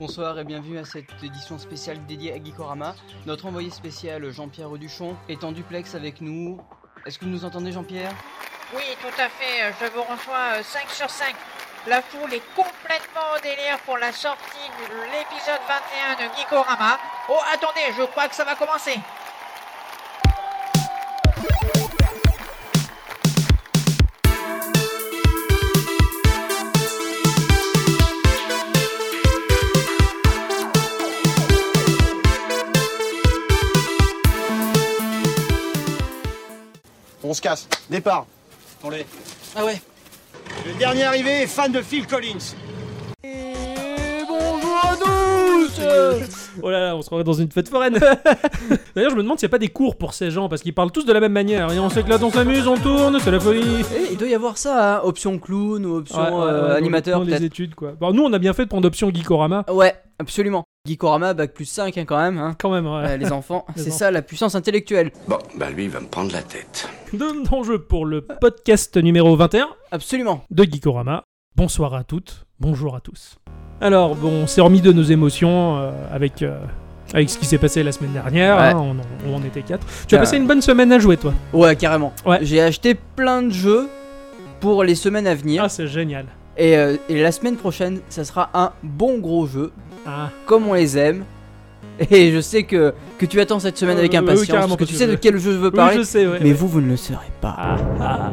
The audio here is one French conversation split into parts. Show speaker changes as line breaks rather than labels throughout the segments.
Bonsoir et bienvenue à cette édition spéciale dédiée à Geekorama. Notre envoyé spécial Jean-Pierre Auduchon est en duplex avec nous. Est-ce que vous nous entendez Jean-Pierre
Oui, tout à fait, je vous reçois euh, 5 sur 5. La foule est complètement au délire pour la sortie de l'épisode 21 de Geekorama. Oh, attendez, je crois que ça va commencer.
On se casse. Départ. On l'est.
Ah ouais.
Le dernier arrivé est fan de Phil Collins.
Bonjour à tous
Oh là là, on se croirait dans une fête foraine. D'ailleurs, je me demande s'il n'y a pas des cours pour ces gens, parce qu'ils parlent tous de la même manière. Et on s'éclate, on s'amuse, on tourne, c'est la folie.
Eh, Il doit y avoir ça, hein, option clown ou option
Ouais, ouais, ouais,
euh,
dans le
animateur
plan des
peut-être.
études, quoi. Bon, nous, on a bien fait de prendre option Geekorama,
Ouais, absolument. Geekorama, bac plus 5 hein, quand même. hein.
quand même. Ouais.
Euh, les enfants,
Les
c'est
enfants.
ça la puissance intellectuelle.
Bon, bah lui, il va me prendre la tête.
Deux enjeux pour le podcast numéro 21
Absolument.
de Geekorama. Bonsoir à toutes, bonjour à tous. Alors, bon, on s'est remis de nos émotions euh, avec, euh, avec ce qui s'est passé la semaine dernière.
Ouais.
hein, on, en- on en était quatre. Tu as
Ah.
passé une bonne semaine à jouer, toi.
Ouais, carrément.
Ouais.
J'ai acheté plein de jeux pour les semaines à venir.
Ah, c'est génial.
Et, euh, et la semaine prochaine, ça sera un bon gros jeu,
Ah,
comme on les aime. Et je sais que, que tu attends cette semaine
Euh,
avec
oui,
impatience,
carrément,
parce que
parce
tu
que
sais
je-
de quel jeu je veux
oui,
parler,
je sais, ouais.
mais vous, vous ne le saurez pas.
Ah, ah.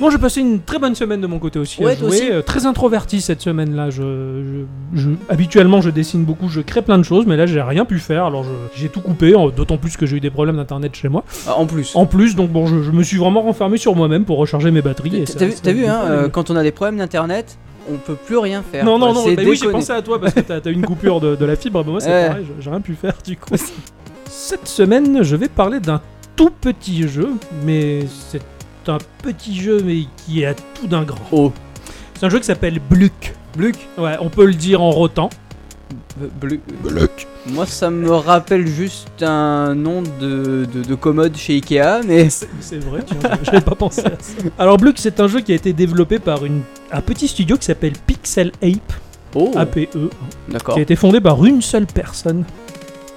Bon, j'ai passé une très bonne semaine de mon côté aussi. à
Ouais, toi
jouer.
aussi.
Euh, Très introverti cette semaine-là. Je, je- je- habituellement, je dessine beaucoup, je crée plein de choses, mais là, j'ai rien pu faire. Alors, je- j'ai tout coupé, en- d'autant plus que j'ai eu des problèmes d'internet chez moi.
Ah, En plus.
En plus, donc bon, je, je me suis vraiment renfermé sur moi-même pour recharger mes batteries. et
T'as-
ça-
T'as vu,
ça
t'as vu,
m'a
hein,
pas
euh,
aidé.
quand on a des problèmes d'internet, on peut plus rien faire.
non, non,
quoi.
non,
C'est
bah oui, j'ai
déconné.
pensé à toi parce que t'as t'as une coupure de, de la fibre. Bah, moi, c'est
Ouais.
pareil, j'ai- j'ai rien pu faire du coup. Cette semaine, je vais parler d'un tout petit jeu, mais c'est un petit jeu, mais qui a tout d'un grand.
Oh,
C'est un jeu qui s'appelle Bluk.
Bluc,
Ouais, on peut le dire en rotant.
B- Bluc. Moi, ça me rappelle juste un nom de, de, de commode chez Ikea, mais
C'est vrai, tiens, j'avais- j'avais pas pensé à ça. Alors Bluk, c'est un jeu qui a été développé par une, un petit studio qui s'appelle Pixel Ape, E
oh,
APE,
d'accord.
qui a été fondé par une seule personne,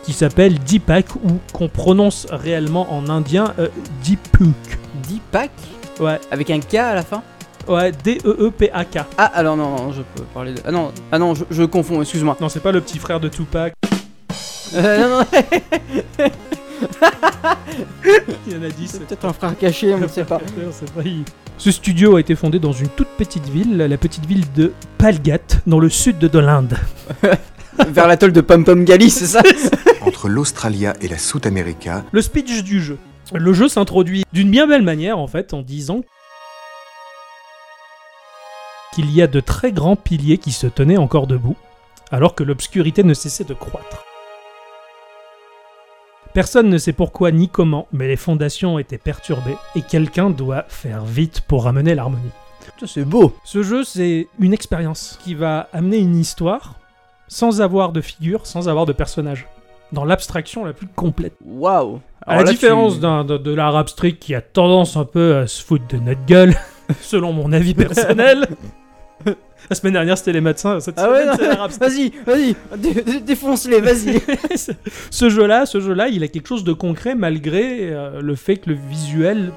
qui s'appelle Deepak, ou qu'on prononce réellement en indien euh, Deepak.
10 packs
Ouais,
avec un K à la fin.
ouais, E D-E-E-P-A-K.
Ah alors non, non, je peux parler de. Ah non, ah non, je, je confonds, excuse-moi.
Non, c'est pas le petit frère de Tupac,
Euh, non, non,
il y en a 10.
c'est peut-être un frère caché, on ne sait pas.
On sait pas, il- Ce studio a été fondé dans une toute petite ville, la petite ville de Palgat, dans le sud de l'Inde.
Vers l'atoll de Pom Pom Gali, c'est ça
entre l'Australia et la Sud-América,
Le speech du jeu. Le jeu s'introduit d'une bien belle manière en fait en disant qu'il y a de très grands piliers qui se tenaient encore debout, alors que l'obscurité ne cessait de croître. Personne ne sait pourquoi ni comment, mais les fondations étaient perturbées et quelqu'un doit faire vite pour ramener l'harmonie.
Ça, C'est beau.
Ce jeu, c'est une expérience qui va amener une histoire sans avoir de figure, sans avoir de personnage, dans l'abstraction la plus complète.
Waouh.
À la
Alors là,
différence
tu-
d'un- de, de l'art abstrait qui a tendance un peu à se foutre de notre gueule, selon mon avis personnel. La semaine dernière, c'était les médecins. Cette
Ah ouais,
semaine,
non,
c'est l'art abstrait.
Vas-y, vas-y, dé- dé- défonce-les, vas-y.
ce jeu-là, ce jeu-là, il a quelque chose de concret malgré euh, le fait que le visuel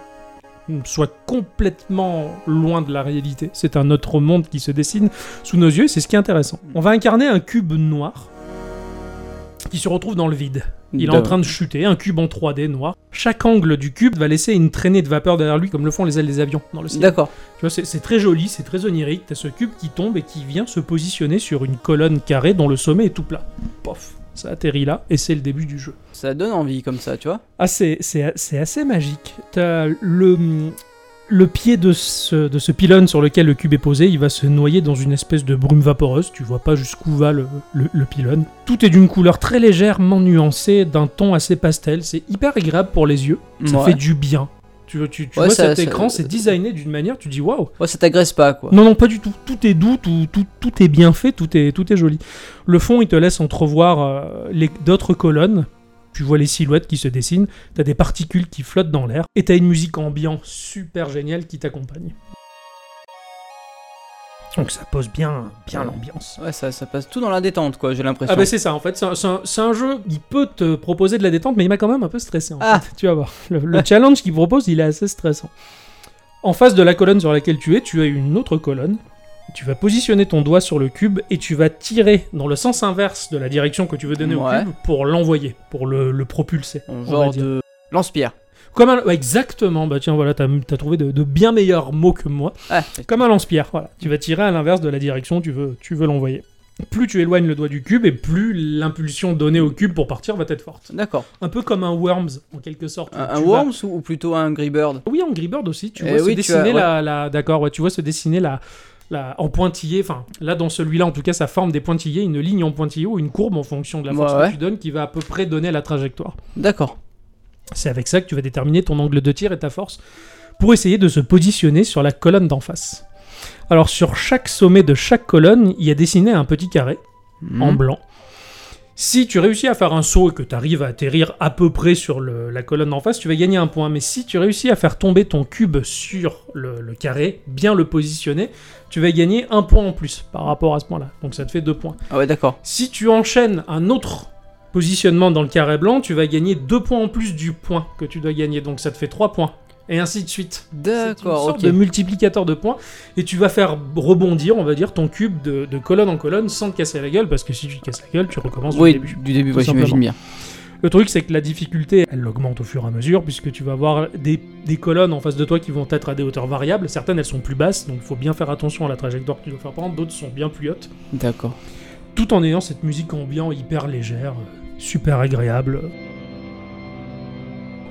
soit complètement loin de la réalité. C'est un autre monde qui se dessine sous nos yeux, et c'est ce qui est intéressant. On va incarner un cube noir qui se retrouve dans le vide. Il est en train de chuter, un cube en 3D noir. Chaque angle du cube va laisser une traînée de vapeur derrière lui, comme le font les ailes des avions dans le ciel.
D'accord.
Tu vois, c'est c'est très joli, c'est très onirique. T'as ce cube qui tombe et qui vient se positionner sur une colonne carrée dont le sommet est tout plat. Pof, ça atterrit là et c'est le début du jeu.
Ça donne envie comme ça, tu vois.
Ah, c'est c'est- c'est assez magique. T'as le. Le pied de ce, de ce pylône sur lequel le cube est posé, il va se noyer dans une espèce de brume vaporeuse. Tu vois pas jusqu'où va le, le- le pylône. Tout est d'une couleur très légèrement nuancée, d'un ton assez pastel. C'est hyper agréable pour les yeux. Ça
Ouais.
fait du bien. Tu, tu, tu
Ouais,
vois
ça- euh,
cet
ça-
écran, c'est designé d'une manière, tu dis waouh,
Ouais, ça t'agresse pas, quoi.
non, non, pas du tout. Tout est doux, tout, tout, tout est bien fait, tout est, tout est joli. Le fond, il te laisse entrevoir euh, les- d'autres colonnes. Tu vois les silhouettes qui se dessinent, t'as des particules qui flottent dans l'air, et t'as une musique ambiante super géniale qui t'accompagne. Donc ça pose bien, bien l'ambiance.
Ouais, ça, ça passe tout dans la détente, quoi, j'ai l'impression.
Ah bah c'est ça en fait, c'est un, c'est un- c'est un jeu, il peut te proposer de la détente, mais il m'a quand même un peu stressé en
Ah.
fait, tu vas voir. Le, le challenge qu'il propose, il est assez stressant. En face de la colonne sur laquelle tu es, tu as une autre colonne, tu vas positionner ton doigt sur le cube et tu vas tirer dans le sens inverse de la direction que tu veux donner
Ouais.
au cube pour l'envoyer, pour le, le propulser.
Un
on va
genre
dire.
de lance-pierre.
Comme un- ouais, exactement, bah tiens voilà, t'as as trouvé de, de bien meilleurs mots que moi.
Ah,
Comme un lance-pierre, voilà. Tu vas tirer à l'inverse de la direction où tu veux, tu veux l'envoyer. Plus tu éloignes le doigt du cube et plus l'impulsion donnée au cube pour partir va être forte.
d'accord.
Un peu comme un Worms, en quelque sorte.
Un,
Tu
un
vas-
Worms ou, ou plutôt un Greybird
Oui, en Angry Bird aussi, tu
Eh
vois se
oui, tu
dessiner
as- ouais.
la, la- D'accord, ouais, tu vois se dessiner la... la- en pointillé, enfin là dans celui-là en tout cas ça forme des pointillés, une ligne en pointillé ou une courbe en fonction de la force
Ouais, Bah ouais.
que tu donnes qui va à peu près donner la trajectoire.
D'accord.
C'est avec ça que tu vas déterminer ton angle de tir et ta force pour essayer de se positionner sur la colonne d'en face. Alors sur chaque sommet de chaque colonne, il y a dessiné un petit carré en
Hmm.
blanc. Si tu réussis à faire un saut et que tu arrives à atterrir à peu près sur le- la colonne d'en face, tu vas gagner un point. Mais si tu réussis à faire tomber ton cube sur le, le carré, bien le positionner, tu vas gagner un point en plus par rapport à ce point-là. Donc ça te fait deux points.
Ah ouais, d'accord.
Si tu enchaînes un autre positionnement dans le carré blanc, tu vas gagner deux points en plus du point que tu dois gagner. Donc ça te fait trois points. Et ainsi de suite.
D'accord,
C'est une
ok.
sorte de multiplicateur de points. Et tu vas faire rebondir, on va dire, ton cube de, de colonne en colonne sans te casser la gueule. Parce que si tu te casses la gueule, tu recommences
Oui,
au début.
du début,
tout
ouais, j'imagine
simplement.
bien.
Le truc, c'est que la difficulté, elle augmente au fur et à mesure, puisque tu vas avoir des, des colonnes en face de toi qui vont être à des hauteurs variables. Certaines, elles sont plus basses, donc il faut bien faire attention à la trajectoire que tu dois faire prendre. D'autres sont bien plus hautes
D'accord.
tout en ayant cette musique ambiant hyper légère, euh, super agréable.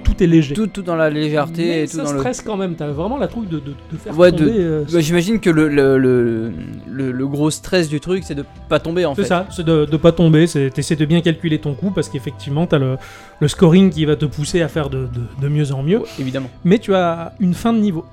Tout est léger.
Tout, tout dans la légèreté
Mais
et tout
ça
dans le.
stresse quand même, t'as vraiment la trouille de, de, de faire
Ouais, de-
tomber... euh,
Bah, J'imagine que le, le, le, le- le gros stress du truc, c'est de pas tomber en
C'est
fait.
ça, c'est de, de pas tomber, c'est- t'essaies de bien calculer ton coût parce qu'effectivement t'as le, le scoring qui va te pousser à faire de, de- de mieux en mieux,
Ouais, évidemment.
mais tu as une fin de niveau.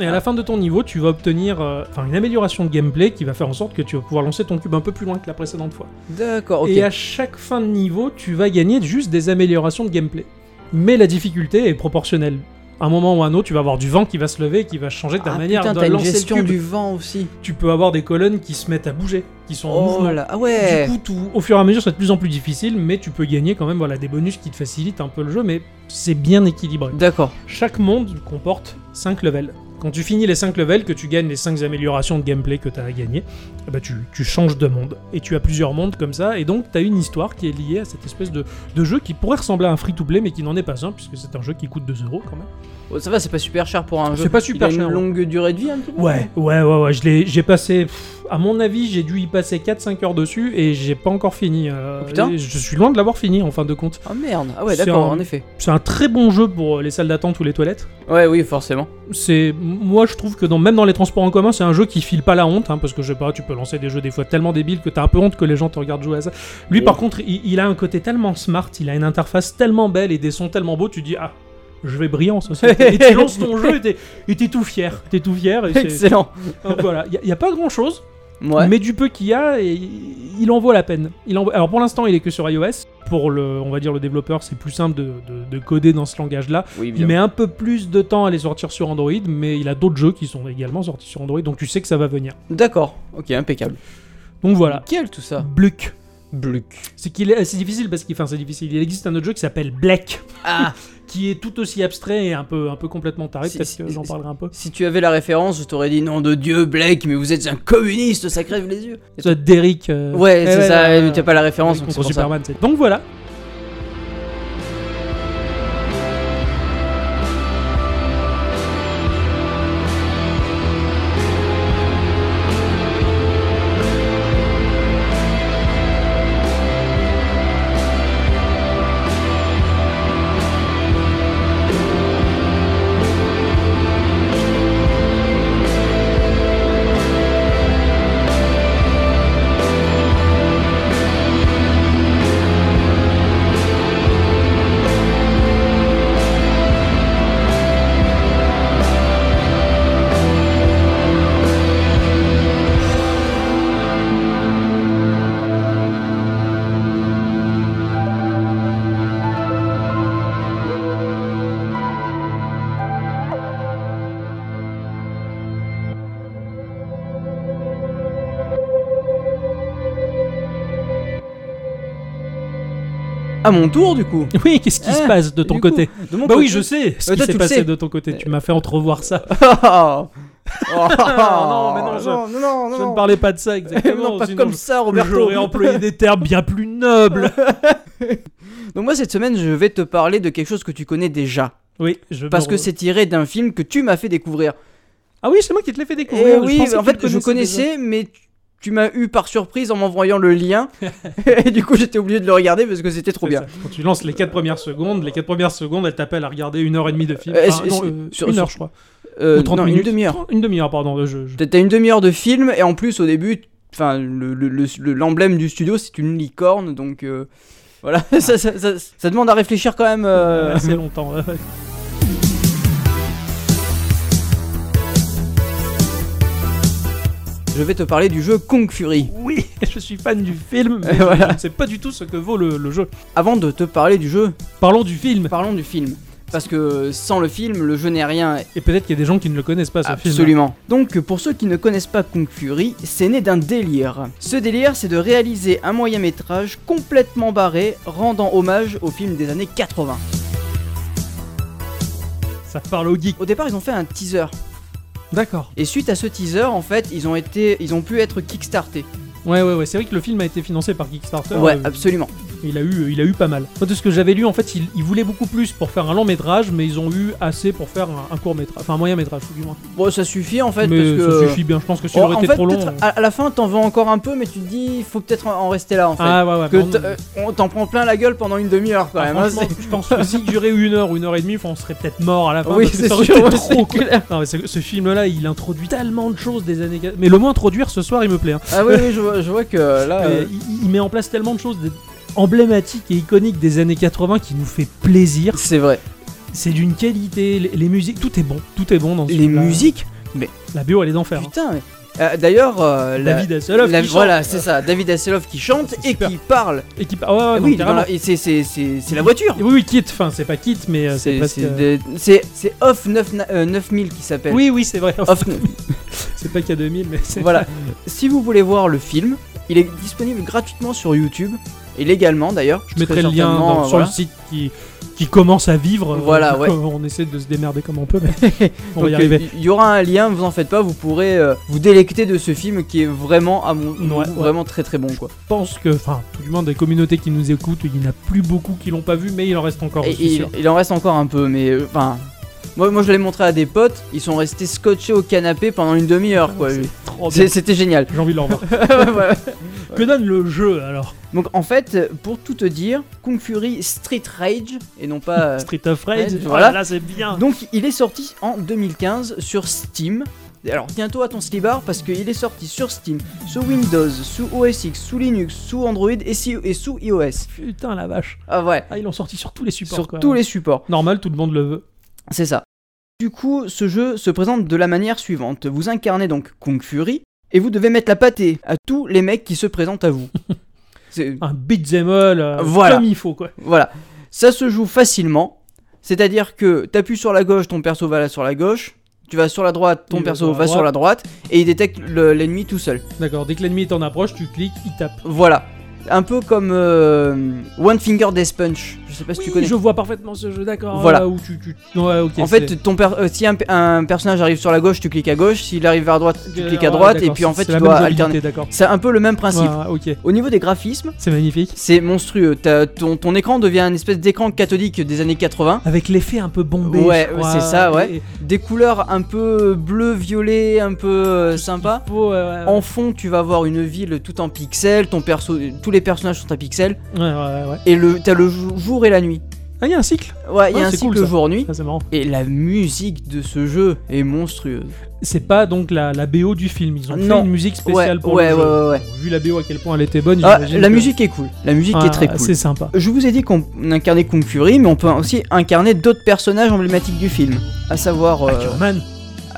Et
Ah.
à la fin de ton niveau, tu vas obtenir euh, enfin une amélioration de gameplay qui va faire en sorte que tu vas pouvoir lancer ton cube un peu plus loin que la précédente fois.
D'accord, ok.
Et à chaque fin de niveau, tu vas gagner juste des améliorations de gameplay. Mais la difficulté est proportionnelle. À un moment ou à un autre, tu vas avoir du vent qui va se lever, qui va changer ta
Ah,
manière
putain,
de
t'as une
lancer le
gestion
cube.
du vent aussi.
Tu peux avoir des colonnes qui se mettent à bouger, qui sont en
Oh
mouvement.
là, ah ouais.
Du coup, tout- au fur et à mesure, c'est de plus en plus difficile, mais tu peux gagner quand même voilà, des bonus qui te facilitent un peu le jeu, mais c'est bien équilibré.
D'accord.
Chaque monde comporte 5 levels. Quand tu finis les 5 levels, que tu gagnes les 5 améliorations de gameplay que tu as à gagner, eh ben, tu, tu changes de monde. Et tu as plusieurs mondes comme ça, et donc tu as une histoire qui est liée à cette espèce de, de jeu qui pourrait ressembler à un free-to-play, mais qui n'en est pas un, puisque c'est un jeu qui coûte 2 euros quand même.
Oh, ça va, c'est pas super cher pour un jeu.
C'est pas super
Il a une
cher, hein. ouais.
longue durée de vie un petit peu.
Ouais, ouais, ouais, ouais, je l'ai- j'ai passé, pff, à mon avis, j'ai dû y passer 4-5 heures dessus, et j'ai pas encore fini. euh,
Oh, putain.
et Je suis loin de l'avoir fini, en fin de compte.
Ah merde. Ah ouais,
C'est
d'accord,
un-
en effet.
C'est un très bon jeu pour euh, les salles d'attente ou les toilettes.
Ouais, oui, forcément.
c'est moi je trouve que dans, même dans les transports en commun c'est un jeu qui file pas la honte hein, parce que je sais pas tu peux lancer des jeux des fois tellement débiles que t'as un peu honte que les gens te regardent jouer à ça lui par contre il, il a un côté tellement smart il a une interface tellement belle et des sons tellement beaux tu dis ah je vais brillant ce soir. et tu lances ton jeu et t'es- et t'es tout fier t'es tout fier et c'est-
Excellent.
donc voilà il y, a pas grand chose
Ouais.
mais du peu qu'il y a et- il en vaut la peine il en vaut- alors pour l'instant il est que sur iOS pour le on va dire le développeur c'est plus simple de- de- de coder dans ce langage là
Oui,
il
évidemment.
met un peu plus de temps à les sortir sur Android, mais il a d'autres jeux qui sont également sortis sur Android, donc tu sais que ça va venir.
D'accord. Ok, impeccable.
Donc voilà.
Quel tout ça
Bluk.
Bluc.
C'est qu'il est, c'est difficile parce qu'il, enfin, c'est difficile. Il existe un autre jeu qui s'appelle Black,
Ah
qui est tout aussi abstrait et un peu, un peu complètement taré.
Si,
Peut-être
si,
que
si,
j'en
si.
parlerai un peu.
Si tu avais la référence, je t'aurais dit nom de Dieu, Blake, mais vous êtes un communiste, ça crève les yeux.
Ça, Derrick. euh,
Ouais,
eh
c'est ça,
là,
mais t'as pas la référence,
Derrick
donc c'est
contre
pour ça.
Superman. c'est- Donc voilà.
à mon tour du coup.
Oui, qu'est-ce qui
Eh,
se passe de
du
ton
coup,
côté
De mon
Bah oui,
côté-
je sais ce
Euh, toi,
qui
tu
s'est
le
passé
sais. Euh,
de ton côté. Tu m'as fait entrevoir ça.
Oh. Oh.
non, mais non, je-
non, non, non,
Je
Oh, non.
ne parlais pas de ça exactement.
Non, pas
sinon
comme
je-
ça, Roberto.
J'aurais employé des termes bien plus nobles.
Donc moi cette semaine, je vais te parler de quelque chose que tu connais déjà,
Oui, je me
parce que
re-
c'est tiré d'un film que tu m'as fait découvrir.
Ah oui, c'est moi qui te l'ai fait
Et
découvrir.
Eh oui,
pensais
en
que
fait
tu-
que je
sais déjà.
connaissais, mais tu- tu m'as eu par surprise en m'envoyant le lien, et du coup j'étais obligé de le regarder parce que c'était trop
C'est
bien.
ça. Quand tu lances les 4 premières secondes, les 4 premières secondes, elles t'appellent à regarder une heure et demie de film.
Euh,
Enfin,
c'est-
non,
c'est-
euh,
sur-
une
sur-
heure, je crois.
Euh,
Ou 30
non,
minutes.
une demi-heure.
Trente- Une demi-heure, pardon. euh, Je, je-
T'as t'as une demi-heure de film et en plus au début, enfin le- le- le- l'emblème du studio c'est une licorne donc euh, voilà ça, ça- ça- ça demande à réfléchir quand même. euh.
assez longtemps. ouais, ouais.
Je vais te parler du jeu Kong Fury.
Oui, je suis fan du film, mais
Et Euh, voilà.
je ne sais pas du tout ce que vaut le, le jeu.
Avant de te parler du jeu,
Parlons du film.
parlons du film parce que sans le film le jeu n'est rien.
Et peut-être qu'il y a des gens qui ne le connaissent pas, ce film. hein.
Absolument. Donc pour ceux qui ne connaissent pas Kung Fury, c'est né d'un délire. Ce délire, c'est de réaliser un moyen métrage complètement barré, rendant hommage au film des années 80.
Ça parle aux geeks.
Au départ, ils ont fait un teaser
D'accord.
Et suite à ce teaser, en fait, ils ont été, ils ont pu être kickstartés.
Ouais, ouais, ouais. C'est vrai que le film a été financé par Kickstarter.
ouais,
euh,
absolument.
Il a eu, il a eu pas mal. Moi, de ce que j'avais lu, en fait, ils il voulaient beaucoup plus pour faire un long métrage, mais ils ont eu assez pour faire un, un court métrage, enfin un moyen métrage, du moins.
Bon, ça suffit en fait
mais
parce que.
ça suffit bien. Je pense que s'il
Oh,
aurait
en
été
fait,
trop long.
peut-être
euh,
à à la fin, t'en veux encore un peu, mais tu te dis, il faut peut-être en en rester là en fait.
Ah ouais, ouais.
que
mais on-
t- euh, on t'en prend plein la gueule pendant une demi-heure quand
ah,
même. hein,
franchement, je pense que si durait une heure, une heure et demie, enfin, on serait peut-être mort à la
c'est-
fin.
oui,
parce que
c'est
ça aurait
sûr.
été
ouais,
trop
c'est clair.
Non, mais ce, ce film-là, il introduit tellement de choses des années. quat- Mais le mot introduire ce soir, il me plaît. hein.
Ah oui, oui, je vois, je vois que là.
Mais
euh,
il, il met en place tellement de choses des- emblématiques et iconiques des années 80 qui nous fait plaisir.
C'est vrai.
C'est d'une qualité. Les, les musiques, tout est bon. Tout est bon dans ce
Les
film-là.
musiques,
La bio, elle est d'enfer. hein.
putain. mais- Euh, D'ailleurs, euh, la-
David Hasselhoff
la-
qui chante.
voilà, c'est ça. David Hasselhoff qui chante
C'est
et
super.
qui parle.
Et qui- ah ouais, ouais, non,
oui, dans
carrément.
la- et c'est- c'est c'est- c'est la voiture.
Oui, oui, quitte. Enfin, c'est pas quitte, mais euh, c'est
C'est
presque.
c'est des- c'est- c'est Off 9, na- euh, 9000 qui s'appelle.
Oui, oui, c'est vrai.
Off,
C'est pas qu'à 2000, mais c'est.
voilà. Si vous voulez voir le film, il est disponible gratuitement sur YouTube et légalement d'ailleurs.
Je mettrai
Très
le lien
certainement,
dans-
euh,
sur
voilà.
le site qui, qui commence à vivre.
Voilà,
Donc,
ouais.
euh, On essaie de se démerder comme on peut, mais on va y
Donc,
arriver.
euh, Il y aura un lien, vous en faites pas, vous pourrez euh, vous délecter de ce film qui est vraiment à mon
Ouais, ouais.
vraiment très très bon quoi.
Je pense que, enfin, tout du moins des communautés qui nous écoutent, il n'y en a plus beaucoup qui l'ont pas vu, mais il en reste encore.
Et
je suis
il,
sûr.
il en reste encore un peu, mais euh, enfin. Moi, moi je l'ai montré à des potes, ils sont restés scotchés au canapé pendant une demi-heure quoi.
C'est trop bien.
C'est- C'était génial.
J'ai envie de le revoir.
Voilà.
Que donne le jeu alors
Donc en fait, euh, pour tout te dire, Kung Fury Street Rage, et non pas... euh,
Street of Rage.
ouais,
ah
voilà.
Là, c'est bien.
donc il est sorti en 2015 sur Steam. Alors tiens-toi à ton slibard parce qu'il est sorti sur Steam, sous Windows, sous OS X, sous Linux, sous Android et, si- et sous iOS.
Putain la vache.
Ah ouais,
Ah, ils l'ont sorti sur tous les supports.
sur
quoi.
tous les supports,
Normal, tout le monde le veut.
c'est ça. Du coup, ce jeu se présente de la manière suivante. Vous incarnez donc Kung Fury et vous devez mettre la pâtée à tous les mecs qui se présentent à vous. C'est...
Un beat'em all euh,
Voilà.
comme il faut quoi.
Voilà. Ça se joue facilement. C'est-à-dire que t'appuies sur la gauche, ton perso va là sur la gauche. Tu vas sur la droite, ton
Il va
perso
sur
va
la
sur la droite. Et il détecte le- l'ennemi tout seul.
D'accord, dès que l'ennemi est en approche, tu cliques, il tape.
Voilà. Un peu comme euh, One Finger Death Punch. Je sais pas si tu
Oui,
connais.
je vois parfaitement ce jeu, d'accord.
Voilà.
là où tu, tu- Ouais, ok,
En
c'est-
fait, ton per- euh, si un, pe- un personnage arrive sur la gauche, tu cliques à gauche. S'il arrive vers droite, tu
Euh,
cliques à
ouais,
droite. Et
d'accord,
puis en
c'est-
fait,
c'est
tu
la
dois
même habilité,
alterner.
D'accord.
C'est un peu le même principe.
Ouais, ok,
Au niveau des graphismes,
c'est magnifique.
c'est monstrueux. T'as- ton, ton écran devient un espèce d'écran cathodique des années 80.
Avec l'effet un peu bombé.
Ouais,
je crois,
c'est ça, ouais.
et-
des couleurs un peu bleu violet, un peu euh, sympa.
Beau, ouais, euh, ouais,
En fond, tu vas avoir une ville tout en pixels, ton perso, tous les personnages sont à pixels,
ouais, ouais, ouais, ouais.
et le, t'as le jou- jour et la nuit.
Ah, il y a un cycle.
Ouais, il y
Ah,
a un
c'est
cycle
cool, ça.
jour-nuit,
Ah, c'est marrant.
et la musique de ce jeu est monstrueuse.
C'est pas donc la, la BO du film. Ils ont fait
Non.
une musique spéciale
ouais,
pour
ouais,
le jeu.
ouais, ouais, ouais.
Vu la BO à quel point elle était bonne.
Ah,
j'imagine
la
que-
musique est cool, la musique
Ah,
est très cool.
C'est sympa.
Je vous ai dit qu'on incarnait Kung Fury, mais on peut aussi incarner d'autres personnages emblématiques du film, à savoir, euh,
Ackerman.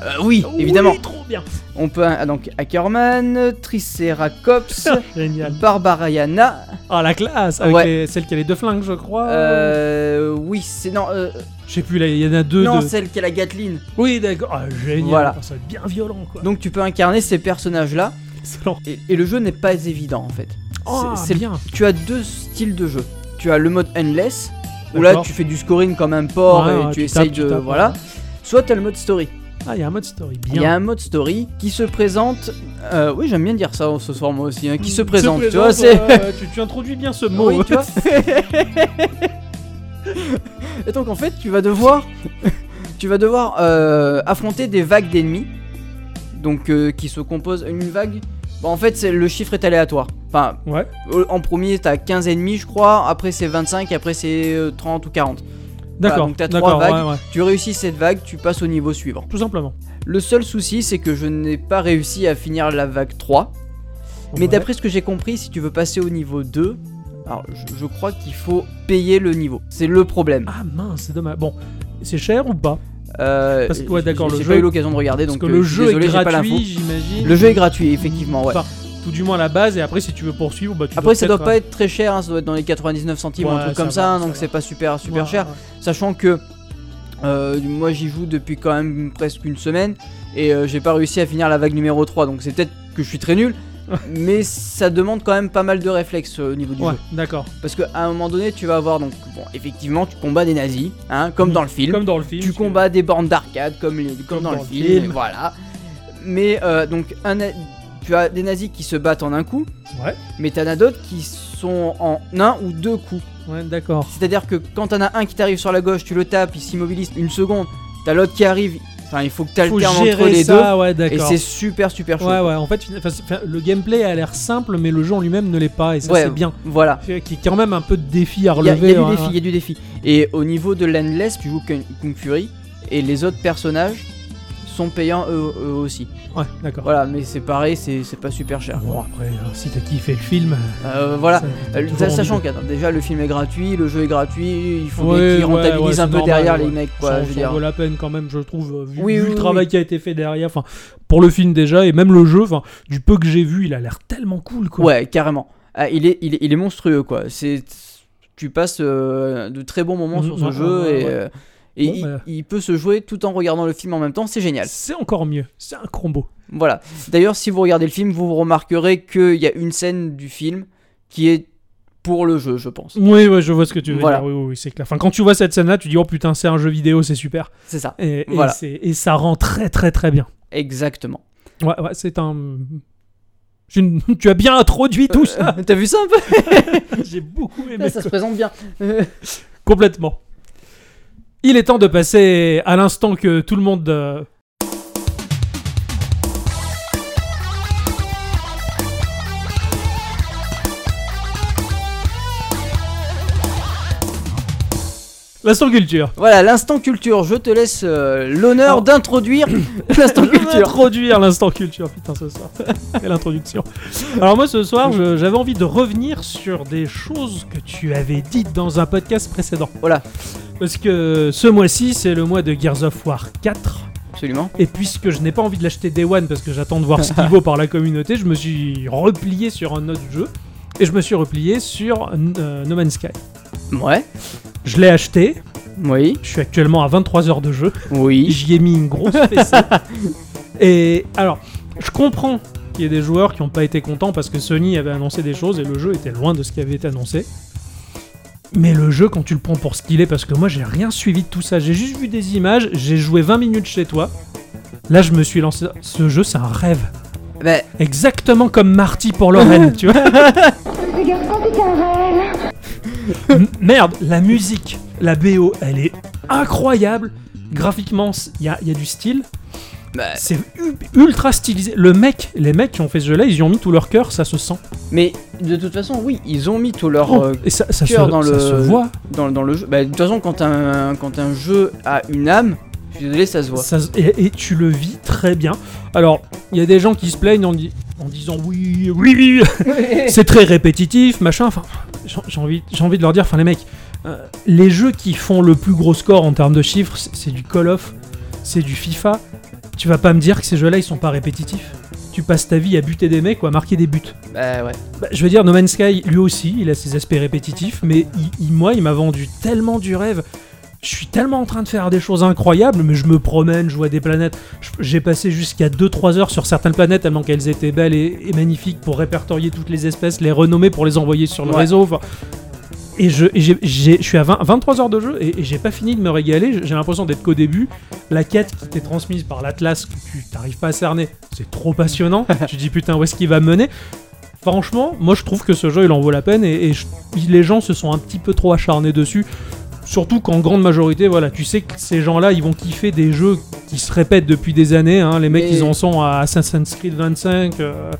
euh, oui, évidemment,
Oui, trop bien.
on peut ah, donc Ackerman, Triceratops,
Génial.
Barbariana,
Ah, la classe. Avec
Ouais.
les- celle qui a les deux flingues, je crois.
Euh. Oui, c'est. Non, euh,
Je sais plus, là, il y en a deux.
non
de-
celle qui est la Gatlin.
Oui, d'accord. Ah, génial.
Voilà.
Ça va être bien violent, quoi.
Donc tu peux incarner ces personnages-là.
Excellent.
Et, et le jeu n'est pas évident en fait.
Ah,
c'est-
bien.
Tu as deux styles de jeu. tu as le mode endless, où là
D'accord.
tu fais du scoring comme un porc
Ouais,
et
ouais,
tu,
tu
essayes
tapes, tu
de.
tapes,
voilà.
ouais.
Soit tu as le mode story.
Ah, il y a un mode story, bien.
Il y a un mode story qui se présente. euh, oui, j'aime bien dire ça ce soir, moi aussi. hein,
Mmh,
qui se présente, tu vois, c'est.
ouais, ouais, tu, tu introduis bien ce mot.
Oui, tu vois. Et donc en fait, tu vas devoir, tu vas devoir euh, affronter des vagues d'ennemis, donc euh, qui se composent une vague. Bah, en fait, c'est le chiffre est aléatoire. Enfin,
Ouais.
euh, en premier, t'as 15 ennemis, je crois. Après, c'est 25. Et après, c'est euh, 30 ou 40.
D'accord,
donc t'as trois
d'accord,
vagues.
ouais, ouais,
Tu réussis cette vague, tu passes au niveau suivant.
tout simplement.
Le seul souci, c'est que je n'ai pas réussi à finir la vague 3. Mais
Ouais.
d'après ce que j'ai compris, si tu veux passer au niveau 2, alors je, je crois qu'il faut payer le niveau. C'est le problème.
Ah mince, c'est dommage. Bon, c'est cher ou pas
Euh,
Parce que, ouais, d'accord,
j'ai-
le
j'ai
jeu-
pas eu l'occasion de regarder,
Parce
donc
que
euh,
le
je suis
jeu
désolé,
est
j'ai pas l'info.
gratuit, j'imagine.
Le jeu est gratuit, effectivement, ouais.
Enfin, tout du moins à la base, et après, si tu veux poursuivre, bah, tu
Après, ça
peut-être,
doit pas être très cher, hein, ça doit être dans les 99 centimes ou un
Ouais,
truc
ça
comme
va,
ça, hein,
ça
donc
va.
c'est pas super super
Ouais,
cher.
ouais.
Sachant que euh, moi j'y joue depuis quand même presque une semaine et euh, j'ai pas réussi à finir la vague numéro 3, donc c'est peut-être que je suis très nul, mais ça demande quand même pas mal de réflexes euh, au niveau du
Ouais,
jeu.
d'accord.
Parce qu'à un moment donné, tu vas avoir donc, bon, effectivement, tu combats des nazis, hein, comme
Mhm.
dans le film.
Comme dans le film.
tu combats des bornes d'arcade comme, les- comme, dans, le film,
film.
voilà. Mais euh, donc un, na- tu as des nazis qui se battent en un coup,
Ouais.
mais t'en as d'autres qui sont en un ou deux coups.
Ouais, d'accord.
C'est-à-dire que quand t'en as un qui t'arrive sur la gauche, tu le tapes, il s'immobilise une seconde, t'as l'autre qui arrive, enfin il faut que
Faut
t'alternes
gérer
entre les
ça, ouais,
deux. Et
d'accord.
c'est super super chaud.
Ouais, ouais, en fait, fina- enfin, c'est- enfin, le gameplay a l'air simple, mais le jeu en lui-même ne l'est pas, et ça,
Ouais.
c'est bien.
Voilà.
Qui est quand même un peu de défi à
Il y a, il y a
relever. hein.
du
ouais,
défi, il
ouais.
y a du défi. Et au niveau de l'Endless, tu joues Kung Kung Fury, et les autres personnages sont payants eux, eux aussi.
Ouais, d'accord.
Voilà, mais c'est pareil, c'est c'est pas super cher.
Bon, après, euh, si t'as kiffé le film. euh,
Euh, voilà.
ça-
Euh,
toujours
ça-
envie
sachant
de-
que attends, déjà le film est gratuit, le jeu est gratuit, il faut
Ouais,
bien qu'ils
ouais, ouais,
rentabilisent
c'est
un peu
normal,
derrière
ouais.
les mecs quoi,
ça,
je
ça
veux dire.
vaut la peine quand même, je trouve, euh, vu,
Oui,
vu
oui,
le
oui,
travail
oui.
qui a été fait derrière. Enfin, pour le film déjà, et même le jeu, enfin, du peu que j'ai vu, il a l'air tellement cool, quoi.
Ouais, carrément. Ah, il, est, il, est, il est monstrueux quoi. C'est tu passes euh, de très bons moments
Mhm,
sur ce
ouais,
jeu
ouais, ouais,
et,
ouais.
euh, et
Bon,
il,
bah.
il peut se jouer tout en regardant le film en même temps, c'est génial.
C'est encore mieux, c'est un combo.
Voilà. D'ailleurs, si vous regardez le film, vous remarquerez qu'il y a une scène du film qui est pour le jeu, je pense.
Oui, ouais, je vois ce que tu veux
Voilà.
dire. Oui, oui, oui, c'est clair. Enfin, quand tu vois cette scène-là, tu dis oh putain, c'est un jeu vidéo, c'est super.
C'est ça,
Et, et
Voilà.
c'est- et ça rend très, très, très bien.
exactement.
Ouais, ouais, c'est un. c'est une- Tu as bien introduit tout ça.
Ah, T'as vu ça un peu
J'ai beaucoup aimé.
Euh. Ça, se présente bien. Euh,
Complètement. Il est temps de passer à l'instant que tout le monde. euh, L'instant culture.
Voilà, l'instant culture, je te laisse euh, l'honneur
Alors-
d'introduire l'instant culture.
Introduire l'instant culture, putain, ce soir. Quelle introduction. Alors, moi, ce soir, je- j'avais envie de revenir sur des choses que tu avais dites dans un podcast précédent.
Voilà.
Parce que ce mois-ci, c'est le mois de Gears of War 4.
Absolument.
Et puisque je n'ai pas envie de l'acheter Day One parce que j'attends de voir ce qu'il vaut par la communauté, je me suis replié sur un autre jeu. Et je me suis replié sur euh, No Man's Sky.
Ouais.
Je l'ai acheté,
Oui.
je suis actuellement à 23 heures de jeu,
Oui.
j'y ai mis une grosse fessée. et alors, je comprends qu'il y ait des joueurs qui n'ont pas été contents parce que Sony avait annoncé des choses et le jeu était loin de ce qui avait été annoncé. Mais le jeu, quand tu le prends pour ce qu'il est, parce que moi j'ai rien suivi de tout ça, j'ai juste vu des images, j'ai joué 20 minutes chez toi. Là, je me suis lancé. Ce jeu, c'est un rêve.
Bah,
Exactement comme Marty pour Lorraine, tu vois. M- Merde, la musique, la BO, elle est incroyable. Graphiquement, il y a, y a du style.
bah,
C'est u- ultra stylisé. Le mec, les mecs qui ont fait ce jeu-là, ils y ont mis tout leur cœur, ça se sent.
mais de toute façon, oui, ils ont mis tout leur
Oh,
euh,
et ça, ça se,
cœur dans
ça
le-
se voit.
dans, dans le jeu. Bah, de toute façon, quand un, quand un jeu a une âme, je suis désolé, ça se voit.
Ça se- et, et tu le vis très bien. Alors, il y a des gens qui se plaignent en, di- en disant oui, oui, oui, c'est très répétitif, machin. Enfin, j'ai- j'ai envie, j'ai envie de leur dire, enfin les mecs, euh, les jeux qui font le plus gros score en termes de chiffres, c'est c'est du Call of, c'est du FIFA. Tu vas pas me dire que ces jeux-là, ils sont pas répétitifs. Tu passes ta vie à buter des mecs ou à marquer des buts.
Bah ouais.
Bah, je veux dire, No Man's Sky, lui aussi, il a ses aspects répétitifs, mais il- il- moi, il m'a vendu tellement du rêve. Je suis tellement en train de faire des choses incroyables, mais je me promène, je vois des planètes. Je- J'ai passé jusqu'à 2-3 heures sur certaines planètes, tellement qu'elles étaient belles et, et magnifiques pour répertorier toutes les espèces, les renommer pour les envoyer sur le
Ouais.
réseau. enfin. et je et j'ai- j'ai- je suis à 20 23 heures de jeu et, et j'ai pas fini de me régaler. J'ai- J'ai l'impression d'être qu'au début. La quête qui t'est transmise par l'Atlas que tu t'arrives pas à cerner, c'est trop passionnant. tu dis putain, où est-ce qu'il va me mener Franchement, moi je trouve que ce jeu il en vaut la peine et, et je- les gens se sont un petit peu trop acharnés dessus. Surtout qu'en grande majorité, voilà, tu sais que ces gens-là, ils vont kiffer des jeux qui se répètent depuis des années. hein. Les mecs,
Mais-
ils en sont à Assassin's Creed 25. euh,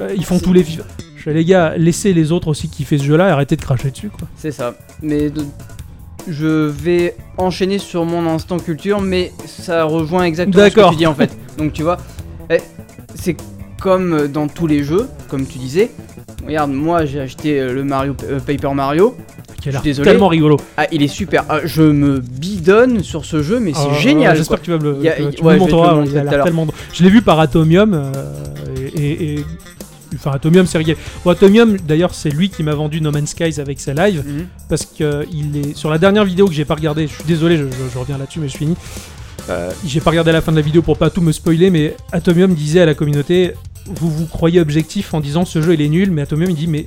euh, ils font
C'est-
tous les. fi- Je fais, Les gars, laissez les autres aussi kiffer ce jeu-là et arrêtez de cracher dessus. Quoi.
C'est ça. Mais de- je vais enchaîner sur mon instant culture, mais ça rejoint exactement ce que
D'accord.
tu dis en fait. Donc tu vois, eh, c'est comme dans tous les jeux, comme tu disais. Regarde, moi j'ai acheté euh, le Mario euh, Paper Mario.
Qui a l'air
désolé.
tellement rigolo.
Ah, il est super. Ah, je me bidonne sur ce jeu, mais c'est
Euh,
génial. quoi.
J'espère que tu vas me le
Il y a-
que tu
ouais,
me
je vais te
montreras,
le
ouais,
montrer
il
tout
a
à
l'air
l'heure.
tellement drôle. Je l'ai vu par Atomium euh, et, et- et- Enfin, Atomium, c'est rigolo. Bon, Atomium, d'ailleurs, c'est lui qui m'a vendu No Man's Skies avec ses lives.
Mhm.
parce que il est sur la dernière vidéo que j'ai pas regardée. Je suis désolé, je, je- je reviens là-dessus, mais je finis. Euh, j'ai pas regardé la fin de la vidéo pour pas tout me spoiler, mais Atomium disait à la communauté vous vous croyez objectif en disant ce jeu il est nul, mais Atomium il dit mais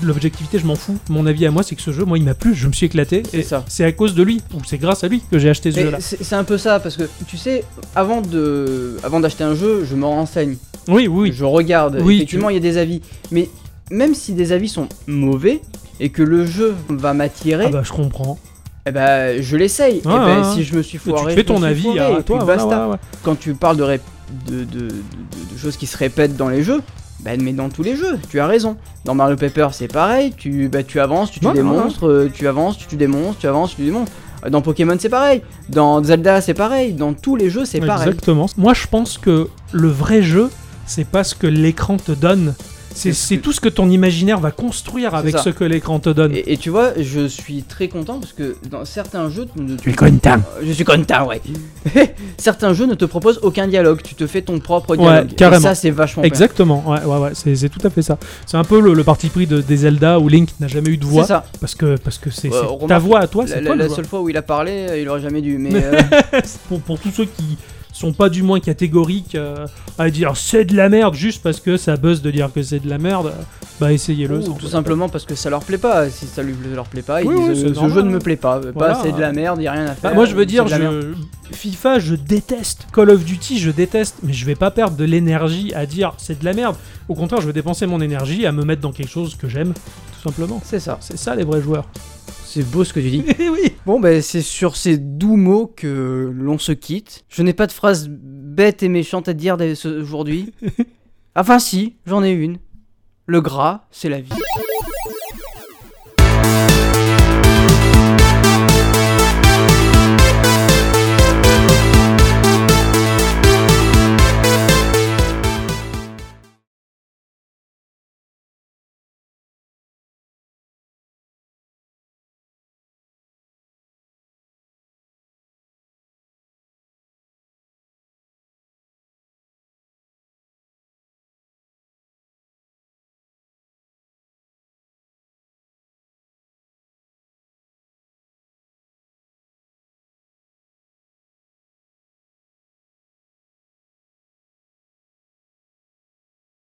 je- l'objectivité je m'en fous. Mon avis à moi c'est que ce jeu moi il m'a plu, je me suis éclaté.
C'est
et
ça.
C'est à cause de lui ou c'est grâce à lui que j'ai acheté ce
Mais
jeu là.
C'est c'est un peu ça parce que tu sais, avant de, avant d'acheter un jeu, je me renseigne,
Oui oui.
je regarde.
Oui,
Effectivement, il y a des avis, mais même si des avis sont mauvais et que le jeu va m'attirer,
Ah bah je comprends.
eh ben, je l'essaye. et
Ouais,
ben,
ouais,
si je me suis
Tu
foiré,
fais
je me
ton
suis
avis
foiré,
à
et
toi.
puis
voilà,
basta.
ouais, ouais.
Quand tu parles de, ré- de, de- de- de- de choses qui se répètent dans les jeux. Ben, mais dans tous les jeux, tu as raison. Dans Mario Paper, c'est pareil. Tu, bah, tu avances, tu tues
Ouais,
des
ouais, ouais.
monstres, euh, tu avances, tu tues des monstres, tu avances, tu tues des monstres. Euh, Dans Pokémon, c'est pareil. Dans Zelda, c'est pareil. Dans tous les jeux, c'est pareil.
Exactement. Moi, je pense que le vrai jeu, c'est pas ce que l'écran te donne.
C'est
C'est
ce
c'est
que-
tout ce que ton imaginaire va construire avec
ça.
ce que l'écran te donne.
Et, et tu vois, je suis très content parce que dans certains jeux, tu ne- Euh,
Tu es content.
je suis content, ouais. certains jeux ne te proposent aucun dialogue, tu te fais ton propre
Ouais,
dialogue.
carrément.
Et ça, c'est vachement bien.
Exactement, ouais, ouais, ouais, c'est c'est tout à fait ça. C'est un peu le, le parti pris de, des Zelda où Link n'a jamais eu de voix
C'est ça.
parce que parce que c'est
Ouais,
c'est
remarque,
ta voix à toi,
la
Ah, c'est
la-
toi
la
le joueur.
seule fois où il a parlé, euh, il aurait jamais dû. Mais, euh,
pour, pour tous ceux qui sont pas du moins catégoriques euh, à dire c'est de la merde juste parce que ça buzz de dire que c'est de la merde, bah essayez-le.
ou
ça en
tout
vaut la
simplement parce que ça leur plaît pas. Si ça lui, leur plaît pas, ils
Oui, oui,
disent
c'est
euh, ce
normal.
jeu ne me plaît pas. euh,
Voilà.
Pas c'est de la merde, y a rien à faire.
Bah, moi je veux
euh,
dire,
c'est de la merde.
je... FIFA je déteste, Call of Duty je déteste, mais je vais pas perdre de l'énergie à dire c'est de la merde. Au contraire, je vais dépenser mon énergie à me mettre dans quelque chose que j'aime, tout simplement.
C'est ça.
C'est ça les vrais joueurs.
C'est beau ce que tu dis.
Eh oui
Bon, ben c'est sur ces doux mots que l'on se quitte. Je n'ai pas de phrase bête et méchante à dire dès ce- aujourd'hui. enfin, si, j'en ai une. Le gras, c'est la vie.